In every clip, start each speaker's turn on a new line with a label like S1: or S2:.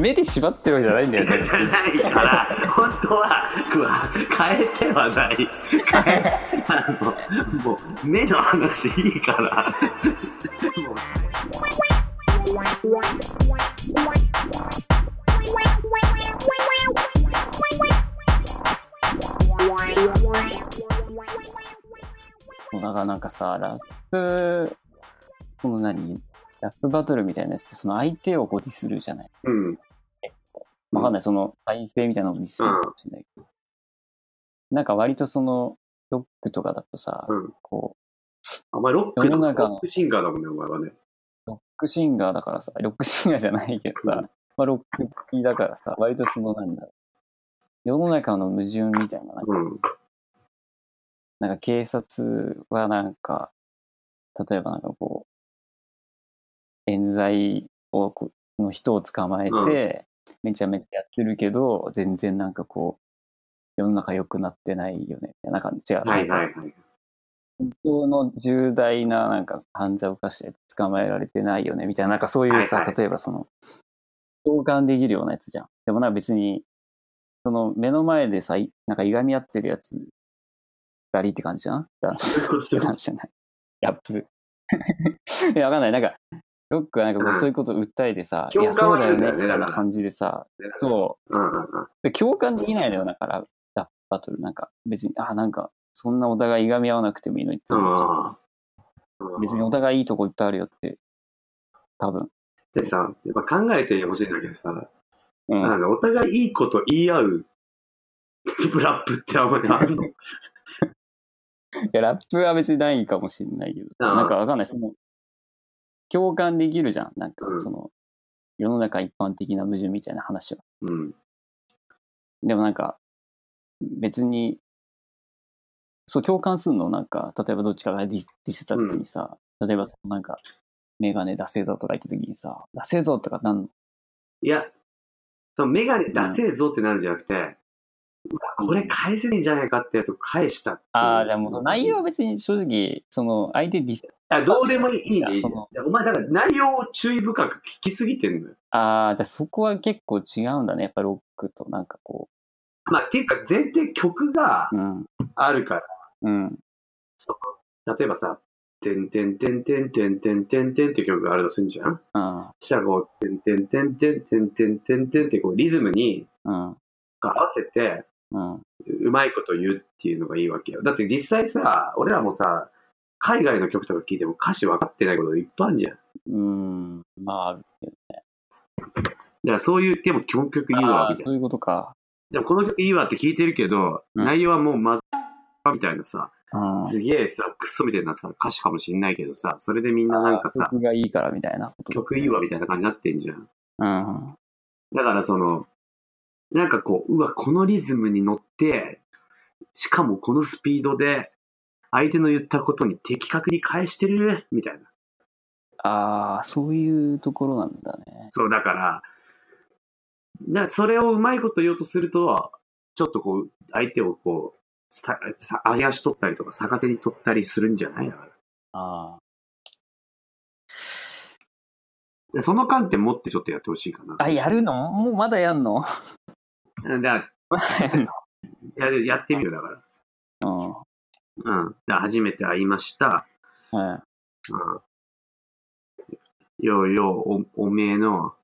S1: 目で縛ってるわけじゃないんだよ
S2: じ
S1: ね。
S2: ゃないから、本当は、くわ変えてはない。変え、あの、もう、目の話いいから。もう
S1: もうだから なんかさ、ラップ、この何ラップバトルみたいなやつって、その相手をこうディスるじゃない。
S2: うん。
S1: わかんない、その体勢みたいなのをディスるかもしれないけど。なんか割とその、ロックとかだとさ、
S2: うん
S1: こ
S2: お前ロッ
S1: 世
S2: ク
S1: の
S2: の、
S1: 中の
S2: ロックシンガーだもんね、お前はね。
S1: う、ロックシンガーだからさ、ロックシンガーじゃないけど
S2: う
S1: さ、まあ、ロック好きだからさ、割とその、なんだろう。世の中の矛盾みたいな、なんか
S2: うん。
S1: なんか警察はなんか、例えばなんかこう、冤罪をこうの人を捕まえ
S2: うん
S1: て、めちゃめちゃやってるけど、全然なんかこう、世の中良くなってないよね。なんか違う。
S2: はい
S1: なん
S2: は
S1: か
S2: いはい。
S1: 本当の重大ななんか犯罪を犯して捕まえられてないよね、みたいな、なんかそういうさ、
S2: はいはい
S1: 例えばその、共感できるようなやつじゃん。でもなんか別に、その目の前でさ、いなんかいがみ合ってるやつ、二人って感じじゃんだ
S2: そう
S1: って感じじゃない。ラップ。いや、わかんない。なんか、ロックはなんかこ
S2: うん
S1: う、そういうことを訴えてさ、い
S2: 共
S1: や、
S2: 感
S1: そ
S2: は
S1: うだよ
S2: 得
S1: ね、
S2: るんだよね
S1: みたい
S2: だ
S1: な
S2: から
S1: 感じでさ、
S2: う。
S1: そ
S2: うんうんうん。
S1: う。で共感できないのよ、だから、ラップバトル。なんか、別に、あ、なんか、そんなお互いいがみ合わなくてもいいのにって思っちゃう
S2: うん
S1: 別にお互いいいとこいっぱいあるよって、多分。
S2: でさ、やっぱ考えてほしいんだけどさ、
S1: うん。
S2: あのお互いいいこと言い合うラップってあんまりあるの
S1: いや、ラップは別にないかもしれないけど、
S2: うん
S1: なんかわかんない。その、共感できるじゃん。なんか
S2: う、ん
S1: その、世の中一般的な矛盾みたいな話は。
S2: うん。
S1: でもなんか、別に、そう、共感するのなんか、例えばどっちかがディスディスった時にさ、例えばそのなんか、メガネ出せぞとか言った時にさ、出せぞとかなんの
S2: いや、そのメガネ出せえぞってなるんじゃなくて、うわこれ返せねえんじゃないかってやつを返したってい
S1: ああ、じゃあもうその内容は別に正直、その、相手ディス、
S2: あどうでもいいいいね。
S1: い
S2: い
S1: や
S2: いね
S1: その
S2: いやお前、だから内容を注意深く聞きすぎてんのよ。
S1: ああ、じゃあそこは結構違うんだね。やっぱロックとなんかこ
S2: まあ、っていうか、前提曲が
S1: う、うん、
S2: あるから、
S1: うん、
S2: 例えばさ、てんてんてんてんてんてんてんてんって曲があるとするじゃん
S1: うん、
S2: そしたらこう、てんてんてんてんてんてんてんてんってこう、リズムに
S1: うん、
S2: 合わせて、
S1: うん、
S2: うまいこと言うっていうのがいいわけよ。だって実際さ、俺らもさ、海外の曲とか聴いても歌詞分かってないこといっぱいあるじゃん。だ
S1: うん、まああるけど。
S2: からそういう、でも基本曲いいわ、
S1: あ
S2: み
S1: ー
S2: たい
S1: そ
S2: な。
S1: ういうことか。
S2: でもこの曲いいわって聞いてるけど、
S1: うん
S2: 内容はもうまず、みたいなさ、
S1: うん。
S2: すげえさ、クソみたいなさ、歌詞かもしんないけどさ、それでみんななんかさ、
S1: 曲がいいからみたいなこと。
S2: 曲いいわみたいな感じになってんじゃ
S1: う
S2: ん。
S1: ん。
S2: だからその、なんかこう、うわ、このリズムに乗って、しかもこのスピードで、相手の言ったことに的確に返してる、みたいな。
S1: ああ、そういうところなんだね。
S2: そう、だから、なそれをうまいこと言おうとすると、ちょっとこう、相手をこう、ささ上げ足取ったりとか、逆手に取ったりするんじゃないだから
S1: あ
S2: でその観点持ってちょっとやってほしいかな。
S1: あ。あ、やるのもうまだやんの
S2: だか
S1: まだやんの
S2: らややってみるだから。
S1: うん。
S2: うん。だから初めて会いました。
S1: はい。
S2: うん。ようよう、お、おめえの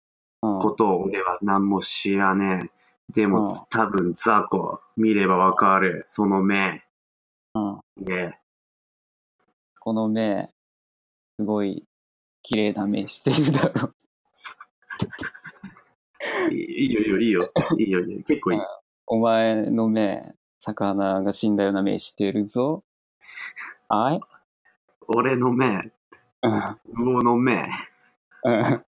S1: うん。
S2: ことを俺は何も知らねえ。でも、
S1: うん
S2: 多分、雑魚、見ればわかる。その目。
S1: うん、
S2: ね
S1: この目、すごい、綺麗な目してるだろう。
S2: いいいいよ、いいよ、いいよ。いいよ、結構いい。
S1: お前の目、魚が死んだような目してるぞ。あい
S2: 俺の目、
S1: うん
S2: 魚の目、
S1: うん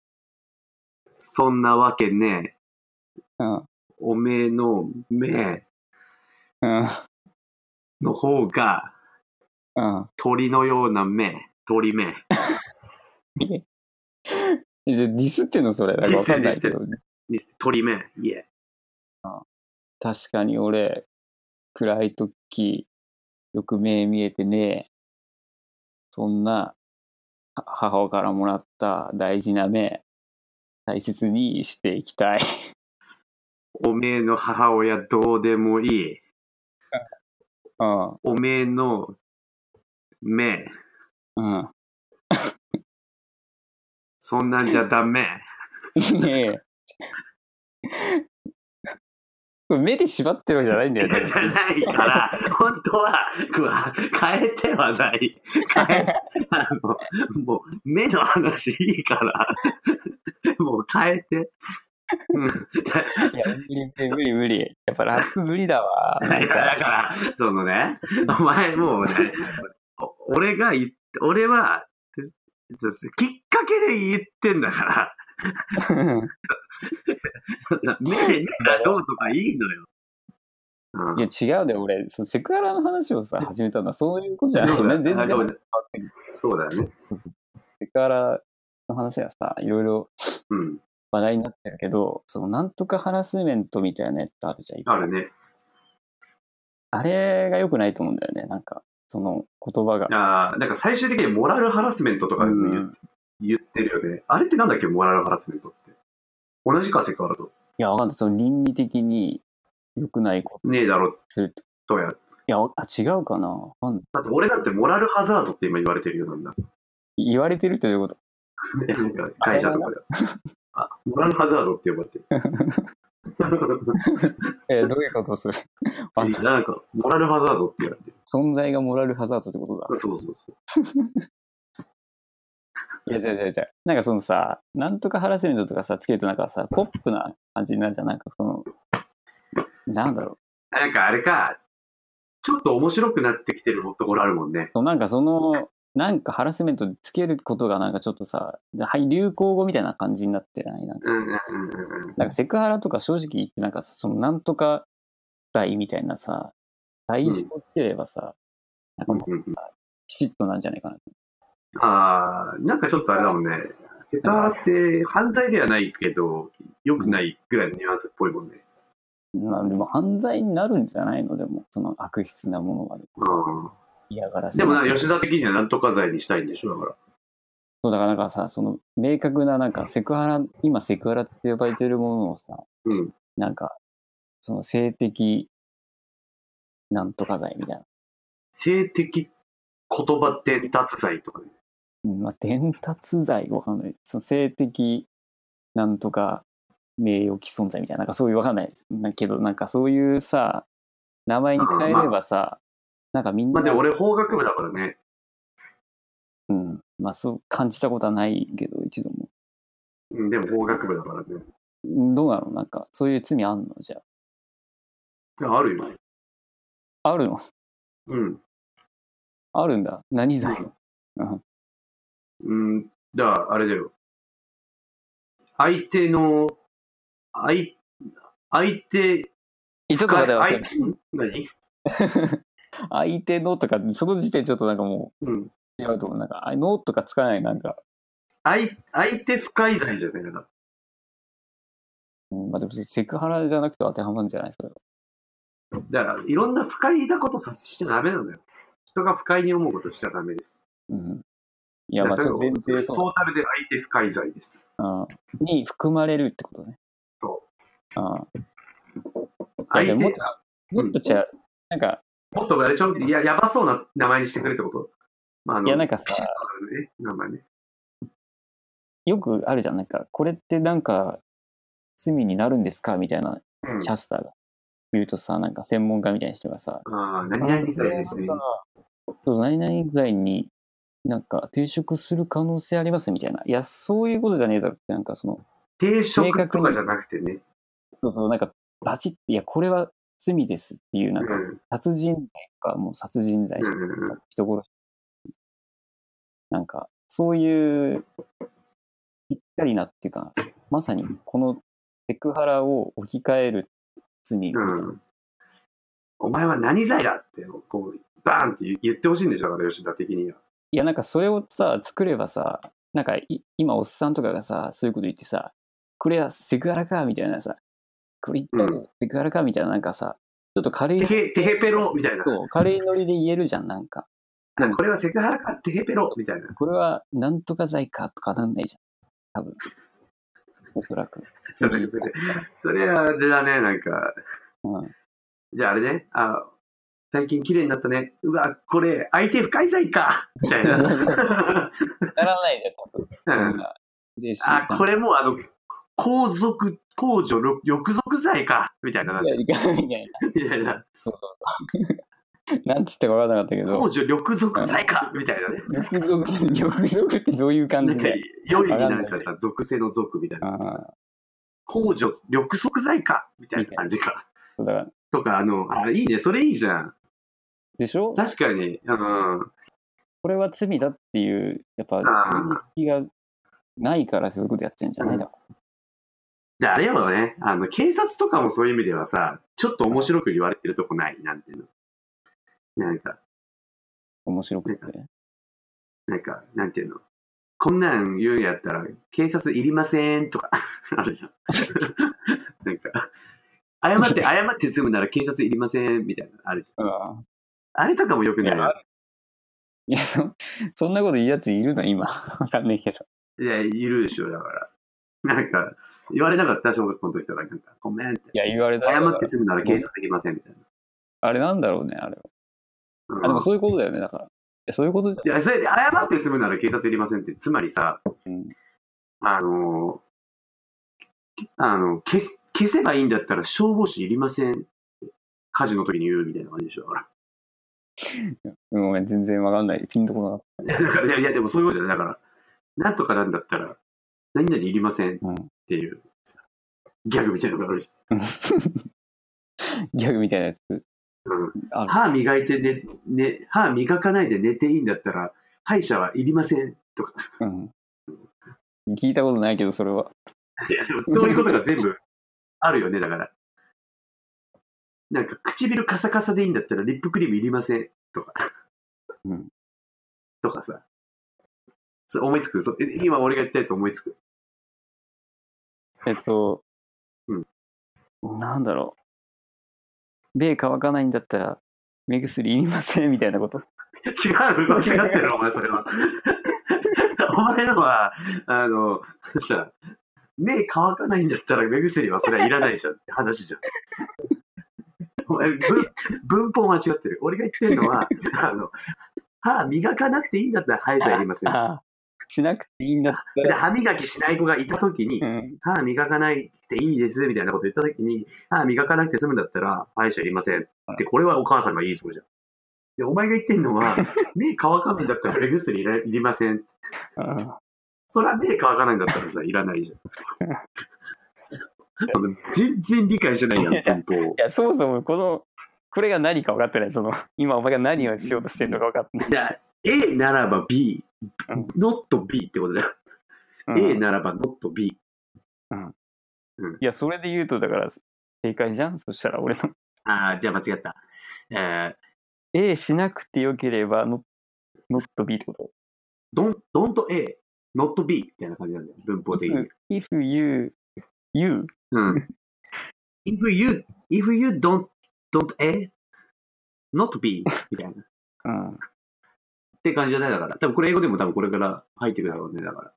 S2: そんなわけねえ。
S1: うん
S2: おめえの目
S1: うん
S2: の方が
S1: うん
S2: 鳥のような目、鳥目。
S1: えじゃあディスってんのそれ。なんかわかんないけど。
S2: 鳥目、いえ。
S1: 確かに俺、暗い時、よく目見えてねえ。そんな、は母親からもらった大事な目、大切にしていき たい。
S2: おめえの母親どうでもいい。
S1: うん。
S2: おめえの目、
S1: うん。
S2: そんなんじゃダメ。
S1: いやいや。これ目で縛ってるわけじゃないんだよ
S2: じ
S1: ね。
S2: ゃないから、本当は、こう変えてはない。変えあの、もう、目の話いいから、もう変えて。うん、だ
S1: いや、無理無理無理無理。やっぱラップ無理だわ。
S2: だ
S1: なんか
S2: から、そのね、お前もうね、お俺が言って、俺は、きっかけで言ってんだから、目で見たらどうとかいいのよ。う ん
S1: いや、違うんだよ、俺。そのセクハラの話をさ、始めたのはそういうことじゃない。
S2: そうだ
S1: 全然変わってない
S2: そうだよね。
S1: セクハラの話はさ、いろいろ
S2: うん。
S1: 話題になってるけど、そのなんとかハラスメントみたいなやつあるじゃん。
S2: あるね。
S1: あれが良くないと思うんだよね。なんか、その言葉が。
S2: ああ、なんか最終的にモラルハラスメントとか
S1: う
S2: 言,、
S1: ん、
S2: 言ってるよね。あれってなんだっけ、モラルハラスメントって。同じか、セクハラと。
S1: いや、わかんない。その倫理的に良くないこと
S2: ねえだろ、
S1: すると。
S2: とや。
S1: いや、わあ違うかな。わかんない
S2: だって俺なんてモラルハザードって今言われてるようなんだ。
S1: 言われてるってどういうこと
S2: なんか会社とかで。あ、モラルハザードって呼ばれて る。
S1: えーどういうことする あ
S2: なんか、モラルハザードって言われてる。
S1: 存在がモラルハザードってことだ
S2: そ。うそうそう。
S1: いや、じゃじゃじゃなんかそのさ、なんとかハラスメントとかさ、つけるとなんかさ、ポップな感じになるじゃん。なんかその、なんだろう。
S2: なんかあれか、ちょっと面白くなってきてるところあるもんね。
S1: そうなんかその、なんかハラスメントつけることがなんかちょっとさ、はい、流行語みたいな感じになってないなんか、
S2: うんうんうんうんうん。
S1: なんかセクハラとか正直言って、なんかさそのなんとか罪みたいなさ、罪状をつければさ、なんかもう
S2: うんうん
S1: ピシッとなんじゃないかな。
S2: ああ、なんかちょっとあれだもんね。ヘタラって犯罪ではないけど、良くないぐらいのニュアンスっぽいもんね。
S1: まあでも犯罪になるんじゃないのでも、その悪質なものが。嫌がらせ。
S2: でもなんか吉田的にはなんとか罪にしたいんでしょ、だか
S1: そうだからなんかさ、その明確ななんかセクハラ、今セクハラって呼ばれてるものをさ、
S2: ら。うん。
S1: なんか、その性的なんとか罪みたいな。
S2: 性的言葉伝達罪とかね。
S1: うんまあ、伝達罪わかんない。その性的なんとか名誉毀損罪みたいな、なんかそういうわかんないです。だけど、なんかそういうさ、名前に変えればさ、なんかみん
S2: ま
S1: な、
S2: あでも俺法学部だからね。
S1: うん、まあそう感じたことはないけど、一度も。
S2: うん、でも法学部だからね。
S1: うんどうなのなんか、そういう罪あんのじゃ
S2: あるよ。
S1: あ。あるの
S2: うん。
S1: あるんだ。何罪の、うん
S2: うん。だからあれだよ。相手の、相、相手、
S1: えちょっと待って待って。
S2: 相手何
S1: 相手のとか、その時点ちょっとなんかも
S2: うん。
S1: う違うと思う。なんか、あのとかつかない、なんか。
S2: 相相手不快罪じゃないかな。
S1: うん、まあでもセクハラじゃなくて当てはまるんじゃないそれは。
S2: だから、いろんな不快なことさせちゃダメなのよ。人が不快に思うことしちゃダメです。
S1: うん。い
S2: い
S1: や、まあそれ前提そう
S2: トータルで相手不快罪です。
S1: だ、うん。に含まれるってことね。。
S2: そう
S1: ああ。い
S2: 相
S1: や、で
S2: 手、
S1: ももっ
S2: も
S1: と、もっとじゃ、なんか、
S2: っとあれちょ、いや、やばそうな名前にしてくれってことまあ、あの
S1: いや、なんかさ、
S2: ね、名前ね。
S1: よくあるじゃん。なんか、これってなんか、罪になるんですかみたいな
S2: うん
S1: キャスターが言うとさ、なんか専門家みたいな人がさ、
S2: ああ、何々罪ですね。
S1: そう何々罪になんか抵触する可能性ありますみたいな。いや、そういうことじゃねえだろって、なんかその、
S2: 定職とかじゃなくてね。
S1: そうそう、なんかバチって、いや、これは罪ですっていう、なんか
S2: うん
S1: 殺人罪とか、もう殺人罪、
S2: うんうんうん
S1: 人殺し。なんか、そういう、ぴったりなっていうか、まさにこのセクハラを置き換える罪みたいな。
S2: うんお前は何罪だって、こう、バーンって言ってほしいんでしょ、だから吉田的には。
S1: いや、なんかそれをさ、作ればさ、なんかい今、おっさんとかがさ、そういうこと言ってさ、これはセクハラかみたいなさ、これ一体
S2: う
S1: セクハラかみたいな、なんかさ、ちょっと軽い
S2: テ、ヘテヘペロみたいな。
S1: そう軽いノリで言えるじゃん、なんか。
S2: なんかこれはセクハラかってヘペロみたいな。
S1: これはなんとか罪かとかなんないじゃん。多分。おそらく。
S2: それ、それはあれだね、なんか。
S1: うん。
S2: じゃああれね、あ最近綺麗になったね。うわ、これ、相手不快罪かみたいな。
S1: ならないじゃん、多分。
S2: うん
S1: でし
S2: あ、これもうあの、皇族、皇女、ろ欲族罪かみたいな。
S1: いやいやいやい
S2: みたいな。
S1: やなんつってか分からなかったけ
S2: 皇
S1: ど、
S2: 女、欲族罪かみたいなね。
S1: 欲族、 欲族ってどういう感
S2: な
S1: じ
S2: んか
S1: で。、
S2: 良いになんかさ、属性の属みたいな。
S1: ああ、
S2: 皇女、欲族罪かみたいな感じか。
S1: そうだから。
S2: とか、あの、あ、いいね、それいいじゃん。
S1: でしょ
S2: 確かに、うん。
S1: これは罪だっていう、やっぱ、
S2: あ
S1: 認識がないからそういうことやっちゃうんじゃないだろ
S2: で、あれやろね、あの、警察とかもそういう意味ではさ、ちょっと面白く言われてるとこない、なんていうの。なんか、
S1: う。面白くて。
S2: なんか、なんていうの。こんなん言うんやったら、警察いりませんとか、 あるじゃん。なんか、謝って、謝って済むなら警察いりませんみたいな、あるじ
S1: うん。
S2: ゃん。あれとかもよくない
S1: いや
S2: よ。
S1: いや、そ、そんなこと言うやついるの今。わかんないけど。
S2: いや、いるでしょ、だから。なんか、言われなかった、小学校の時とか、なんか、ごめんって。
S1: いや、言われた
S2: 謝
S1: ら。
S2: って済むなら警察いりませんみたいな。
S1: あれなんだろうね、あれは。
S2: うん
S1: あ、でもそういうことだよね、だから。いやそういうことじゃ
S2: いや、それで謝って済むなら警察いりませんって、つまりさ、
S1: うん
S2: あのーあの消す、消せばいいんだったら消防士いりませんって火事の時に言うみたいな感じでしょ。だか
S1: ん。ごめん、全然わかんない。ピンとこなかっ
S2: ら、 いやだからいやいや、でもそういうことだよ。だから、なんとかなんだったら、何々いりませんっていう、ギャグみたいなのがあるじ
S1: た。ギャグみたいなやつ。
S2: ゃん。うん
S1: ある
S2: 歯磨いてね、ね、歯磨かないで寝ていいんだったら、歯医者はいりませ んとか。
S1: うん。聞いたことないけど、それは。
S2: いやでもそういうことが全部あるよね、だから。なんか、唇カサカサでいいんだったら、リップクリームいりませんとか。
S1: うん
S2: とかさ。それ思いつくそえ今俺が言ったやつ思いつく。
S1: えっと、
S2: うん
S1: なんだろう。米乾かないんだったら、目薬いりませんみたいなこと。
S2: 違う、違ってる、お前、それは。お前のは、あの、さ、目乾かないんだったら目薬はそれはいらないじゃんって話じゃん。 お前、文文法間違ってる。俺が言ってるのは、あの、歯磨かなくていいんだったら歯医者いりません。
S1: ああ。しなくていいんだった
S2: で
S1: ら、
S2: 歯磨きしない子がいたときに
S1: う、ん。
S2: 歯磨かないっていいですみたいなこと言ったときに、歯磨かなくて済むんだったら、歯医者いりませんって、これはお母さんが言いそうじゃん。で、お前が言ってんの は、目乾かないんだったら目薬いらいりません。
S1: あ
S2: そりゃ目乾かないんだったらさ、いらないじゃん。あの 全然理解してないやん、文法
S1: い。や、そもそもこの、これが何か分かってない。その、今お前が何をしようとしてるのか分かってない。
S2: じゃあ A ならば B、not B ってことだよ。
S1: うん
S2: A ならば not B。
S1: いや、それで言うと、だから、正解じゃんそしたら俺の。
S2: ああ、じゃあ間違った。えー、
S1: A しなくてよければ、ノノット B ってこと。
S2: don't, don't A, not B みたいな感じなんだよ、文法的に。
S1: If you, you,
S2: うん。if you, if you don't, don't A, not B みたいな。っ
S1: うん。
S2: て感じじゃないだから。多分これ英語でも多分これから入ってくるだろうね、だから。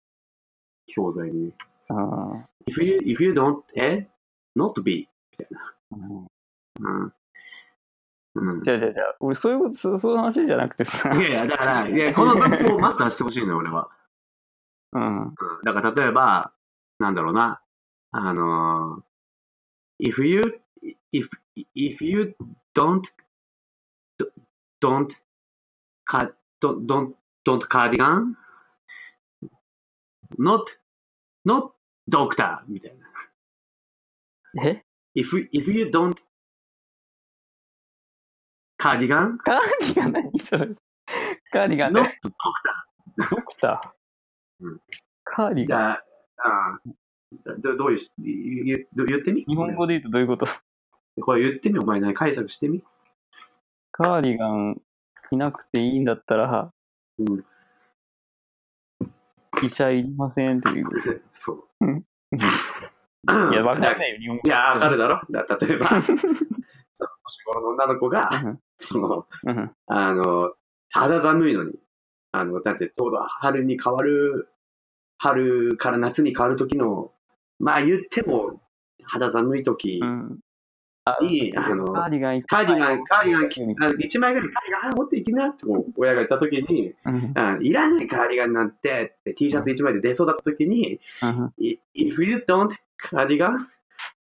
S2: 教材にね。
S1: あ
S2: if you, if you don't A, not B.
S1: ー
S2: うん。うん。
S1: じゃあじゃあじゃあ、俺そういうこと、そうそういう話じゃなくてさ。
S2: いやいや、だから、いや、この文法をマスターしてほしいのよ、俺は。
S1: うん。
S2: うんだから例えば、なんだろうな、あのー if you, if, if you don't, don't, ca- don't, don't, don't cardigan, not, not doctor みたいな。
S1: え
S2: if, if you don't cardigan,
S1: カーディガン何ちょっと、カーディガン
S2: not
S1: ね。
S2: doctor.
S1: ドクター
S2: うん。
S1: カーディガン。
S2: だあーどどういうし、言言言ってみ
S1: 日本語で言うとどういうこと
S2: これ言ってみ、お前何解釈してみ。
S1: カーディガン着なくていいんだったら、
S2: うん
S1: 医者いりませんっていう。
S2: そうう。
S1: んいや、わかん
S2: い。
S1: ないよ、日本
S2: い
S1: 語。
S2: や、わかるだろ。だ例えば、その年頃の女の子が、その、
S1: うん。
S2: あの、肌寒いのに。あの、だってちょうど春に変わる、春から夏に変わる時の、まあ言っても肌寒い時
S1: うん。
S2: に、あの、
S1: カーディガン
S2: カーディガ
S1: ン。
S2: ン、カーディガン着あの、1枚ぐらいカーディガン持っていきなってこう親が言った時に、
S1: うん
S2: あいらないカーディガンなんてって T シャツ1枚で出そうだった時に、
S1: うん。
S2: い If you don't cardigan,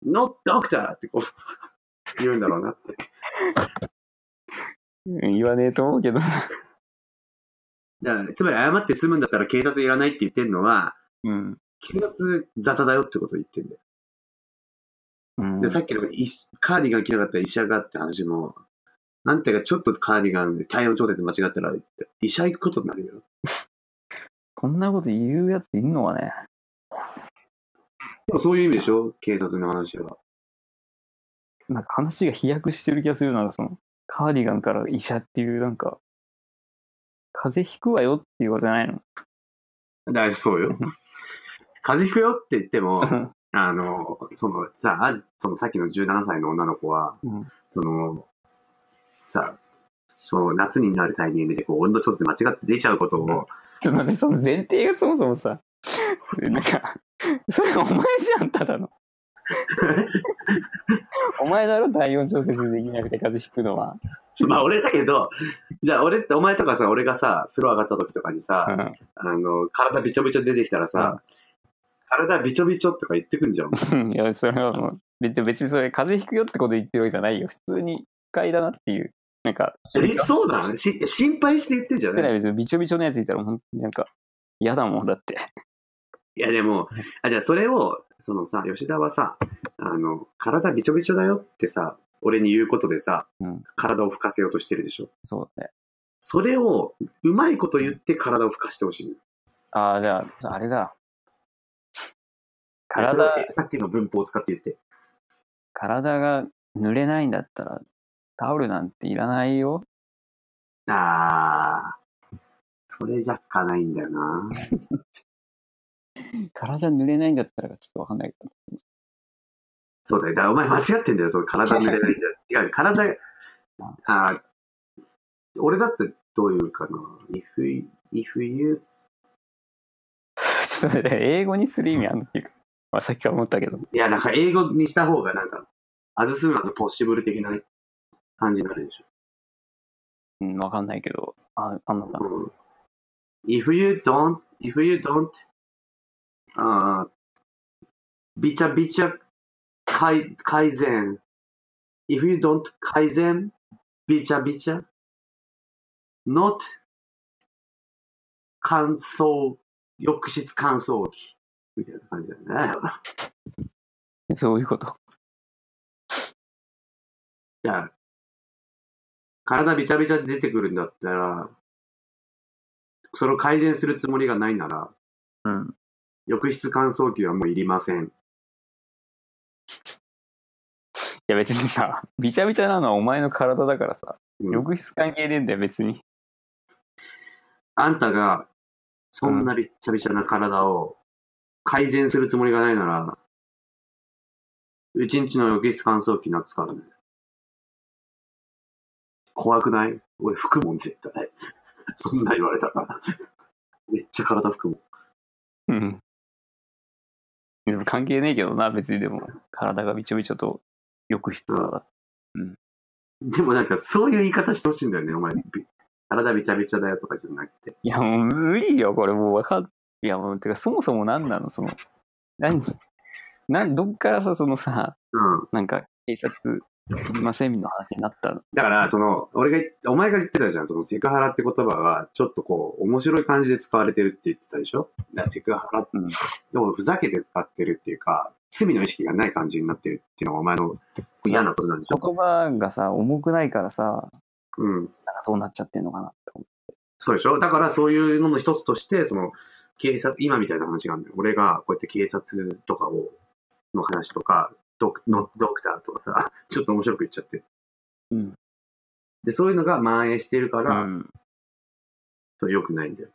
S2: not doctor ってこう言うんだろうなって。
S1: うん言わねえと思うけど。
S2: だからつまり謝って済むんだったら警察いらないって言ってるのは、
S1: うん。
S2: 警察雑多だよってことを言ってるんだよ。
S1: うん
S2: で、さっきのいカーディガン着なかった医者がって話も、あんたがちょっとカーディガンで体温調節間違ったら、医者行くことになるよ。
S1: こんなこと言うやついんのかね。
S2: でもそういう意味でしょ警察の話 は。
S1: なんか話が飛躍してる気がするなら、その、カーディガンから医者っていう、なんか、風邪ひくわよっていうことじゃないの。
S2: だからそうよ。 風邪ひくよって言っても、あの、その、さあ、そのさっきの17歳の女の子は、
S1: うん
S2: その、さあ、その夏になるタイミングでこう温度調節間違って出ちゃうことを、
S1: ちょっと待って、その前提がそもそもさ、なんか、それお前じゃん、ただの。お前だろ、体温調節できなくて風邪ひくのは。
S2: まあ俺だけど、じゃあ俺ってお前とかさ、俺がさ、風呂上がった時とかにさ、
S1: うん
S2: あの、体びちょびちょ出てきたらさ、体びちょびちょとか言ってくんじゃん。
S1: うん。いや、それはもう、別に別にそれ、風邪ひくよってこと言ってるわけじゃないよ。普通に不快だなっていう。なんか、
S2: え、そうなのし心配して言ってんじゃ
S1: て
S2: な
S1: ない
S2: い
S1: 別にびちょびちょのやついたら、ほんとになんか、嫌だもんだって。
S2: いやでも、あ、じゃあそれを、そのさ、吉田はさ、あの、体びちょびちょだよってさ、俺に言うことでさ、
S1: うん
S2: 体を吹かせようとしてるでしょ。
S1: そうだね。
S2: それを、うまいこと言って体を吹かしてほしい。
S1: ああ、じゃあ、あれだ。
S2: それを
S1: 体、
S2: えさっきの文法を使って言って。
S1: 体が濡れないんだったら、タオルなんていらないよ。
S2: あー、それじゃ吹かないんだよな。
S1: 体濡れないんだったらちょっとわかんないけど。
S2: そうだよ。だからお前間違ってんだよ。その体濡 れないんだよ。違う。体、あー俺だってどういうかな。if, if you
S1: ちょっと待って、英語にする意味あるのっていうか、まあ、さっきから思ったけど。
S2: いや、なんか英語にした方がなんか、アズスムアズポッシブル的な感じになるでしょ。
S1: うん、わかんないけど。あ、あんのかな。
S2: うん If you don't, if you don't, あーびちゃびちゃ改改善。If you don't 改善、びちゃびちゃ。not 乾燥、浴室乾燥機。みたいな感じだね。
S1: そういうこと。
S2: いや、体びちゃびちゃで出てくるんだったら、それを改善するつもりがないなら、
S1: うん。
S2: 浴室乾燥機はもういりません。
S1: いや別にさ、 びちゃびちゃなのはお前の体だからさ、
S2: うん
S1: 浴室関係ねえんだよ別に。
S2: あんたが、そんなびちゃびちゃな体を改善するつもりがないなら、うちんちの浴室乾燥機なくすからね。怖くない俺拭くもん絶対。 そんな言われたから。めっちゃ体拭くもん。
S1: うん。でも関係ねえけどな、別にでも。体がびちょびちょと浴室は。
S2: でもなんかそういう言い方してほしいんだよね、お前。び体びちゃびちゃだよとかじゃなくて。
S1: いやもう無理よ、これもうわかん、いやもう、てかそもそも何なのその、何、なんどっからさ、そのさ、
S2: うん。
S1: なんか警察いりませんみたいな話になったの。
S2: だから、その、俺が言っ、お前が言ってたじゃん、そのセクハラって言葉は、ちょっとこう、面白い感じで使われてるって言ってたでしょだからセクハラって、
S1: うん
S2: でもふざけて使ってるっていうか、罪の意識がない感じになってるっていうのがお前の嫌なことなんでしょ
S1: 言葉がさ、重くないからさ、
S2: う
S1: な
S2: ん。
S1: んかそうなっちゃってんのかなって思
S2: そうでしょだからそういうのの一つとして、その、警察、今みたいな話があるんだよ。俺がこうやって警察とかを、の話とか、ドクのドクターとかさ、 ちょっと面白く言っちゃってる。
S1: うん
S2: で、そういうのが蔓延してるか
S1: う。
S2: ら、それ良くないんだよ。い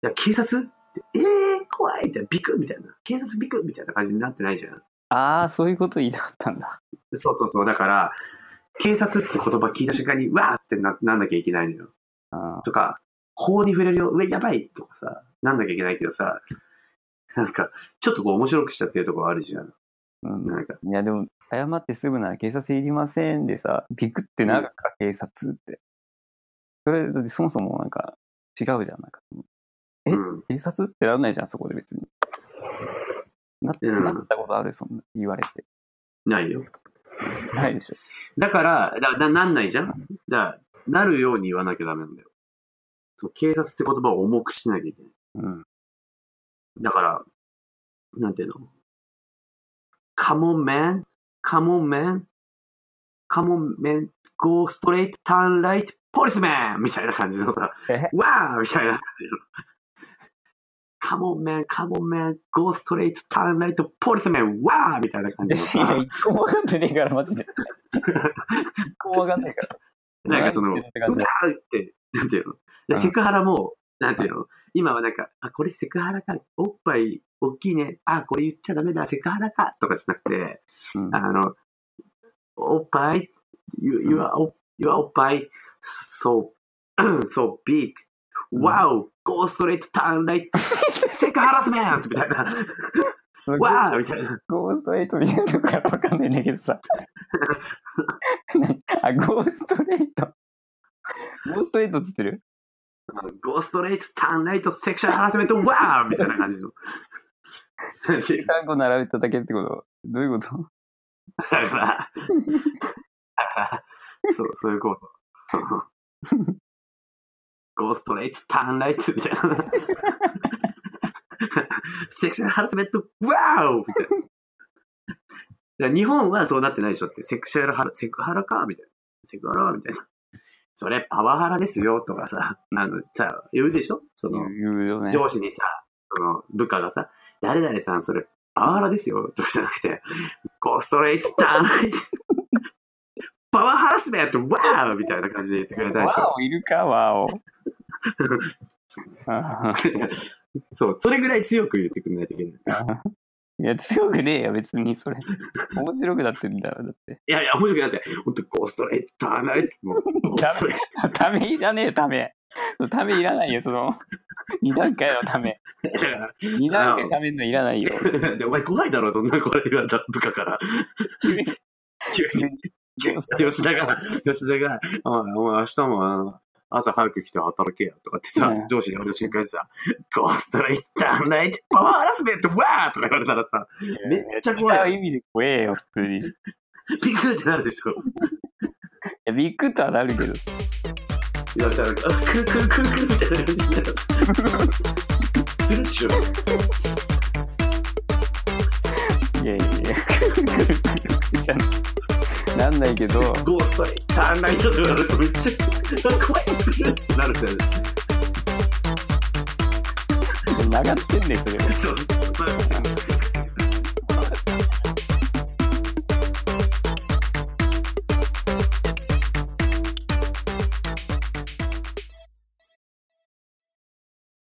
S2: や、警察って、えー、怖いみたいな、ビクッみたいな、警察ビクッみたいな感じになってないじゃん。
S1: ああ、そういうこと言いたかったんだ。
S2: でそうそうそう、だから、警察って言葉聞いた瞬間に、わーってななんなきゃいけないのよ。
S1: あ
S2: とか、法に触れるよ、うわ、やばいとかさ、なんなきゃいけないけどさ、なんか、ちょっとこう面白くしちゃってるとこあるじゃん。
S1: ーうん
S2: なんか、
S1: いや、でも、謝ってすぐなら警察いりませんでさ、ビクってなるか、警察って。それ、だってそもそもなんか違うじゃん。なんかえ
S2: うん。
S1: 警察ってなんないじゃん、そこで別に。な
S2: うん
S1: なったことあるそんな言われて。
S2: ないよ。
S1: ないでしょ。
S2: だから、だななんないじゃん。だからなるように言わなきゃダメなんだよ。そう警察って言葉を重くしなきゃいけない。
S1: うん。
S2: だから、なんていうの ?Come on, man.Come on, man.Come on, man. Go straight, turn right, policeman! みたいな感じのさ、
S1: え
S2: わーみたいな。Come on, man. Come on, man. Go straight, turn right, policeman! わーみたいな感じの
S1: いや、
S2: さ、
S1: 一個も分かってねえから、マジで。一個も分かんないから。
S2: なんかその、
S1: 何言ってんだって感
S2: う
S1: じ
S2: わーって、なんていうの
S1: う
S2: で
S1: ん
S2: セクハラも、なんていうの今はなんか、あ、これセクハラか、おっぱい大きいね、あ、これ言っちゃダメだ、セクハラか、とかじゃなくて、
S1: うん
S2: あの、おっぱい、you, you, are, o- you are おっぱい、so, so big,
S1: うん
S2: wow, go straight, turn right, セクハラスメ ントみたいな、
S1: すごい
S2: わーみたいな。
S1: ゴーストエイト見えるのからわかんないんだけど さ。あ、ゴーストレイト。ゴーストレイトっつってる
S2: ゴーストレイト、ターンライト、セクシャルハラスメント、わーみたいな 感じの。なんていう
S1: 単語並べただけってことどういうこと
S2: だから、だからそう、そういうこと。ゴーストレイト、ターンライトみたいな。セクシャルハラスメント、わーみたいな。だから日本はそうなってないでしょって、セクシャルハラ、セクハラかみたいな。セクハラみたいな。それパワハラですよとかさ、あの、さ、言うでしょその、
S1: 言うよね。
S2: 上司にさ、その部下がさ、誰々さんそれ、パワハラですよ、とかじゃなくて、ゴーストレイトターンライト パワーハラスメント、ワーみたいな感じで言ってくれたりとか
S1: ワオいるかワオ。あ
S2: そう、それぐらい強く言ってくれないといけない。い
S1: あいや、強くねえよ、別にそれ。面白くなってんだろ、だって。
S2: やいや、面白くなって、ほんと、ゴーストレイトターンライト、もう、ゴーストレイト
S1: ためいらねえ、ため。ためいらないよ、その。二段階のため。
S2: だか
S1: 二段階ためんのいらないよ。
S2: らでお前怖いだろ、そんな声が部下から。
S1: 急に
S2: 急に
S1: 急に
S2: 吉田が、吉田が、お前、お前明日もあの朝早く来て働けよとかってさ、
S1: うん
S2: 上司に俺の瞬間にさ、ゴーストレイターナイトパワーハラスメント、わーとか言われたらさ、 めっちゃ怖い
S1: 違う意味で怖えよ、普通に。い
S2: ビクってなるでしょ。
S1: や、ビッグとはなるけど。
S2: 言われたら、あクンクンクンクンみたいな感じになる。するっしょ。
S1: いやいや いや、じゃなんないけど、
S2: ゴーストレイターナイトとか言われるとめっちゃ怖いってなるんだよね。
S1: 流ってんねん、それ。
S2: そう。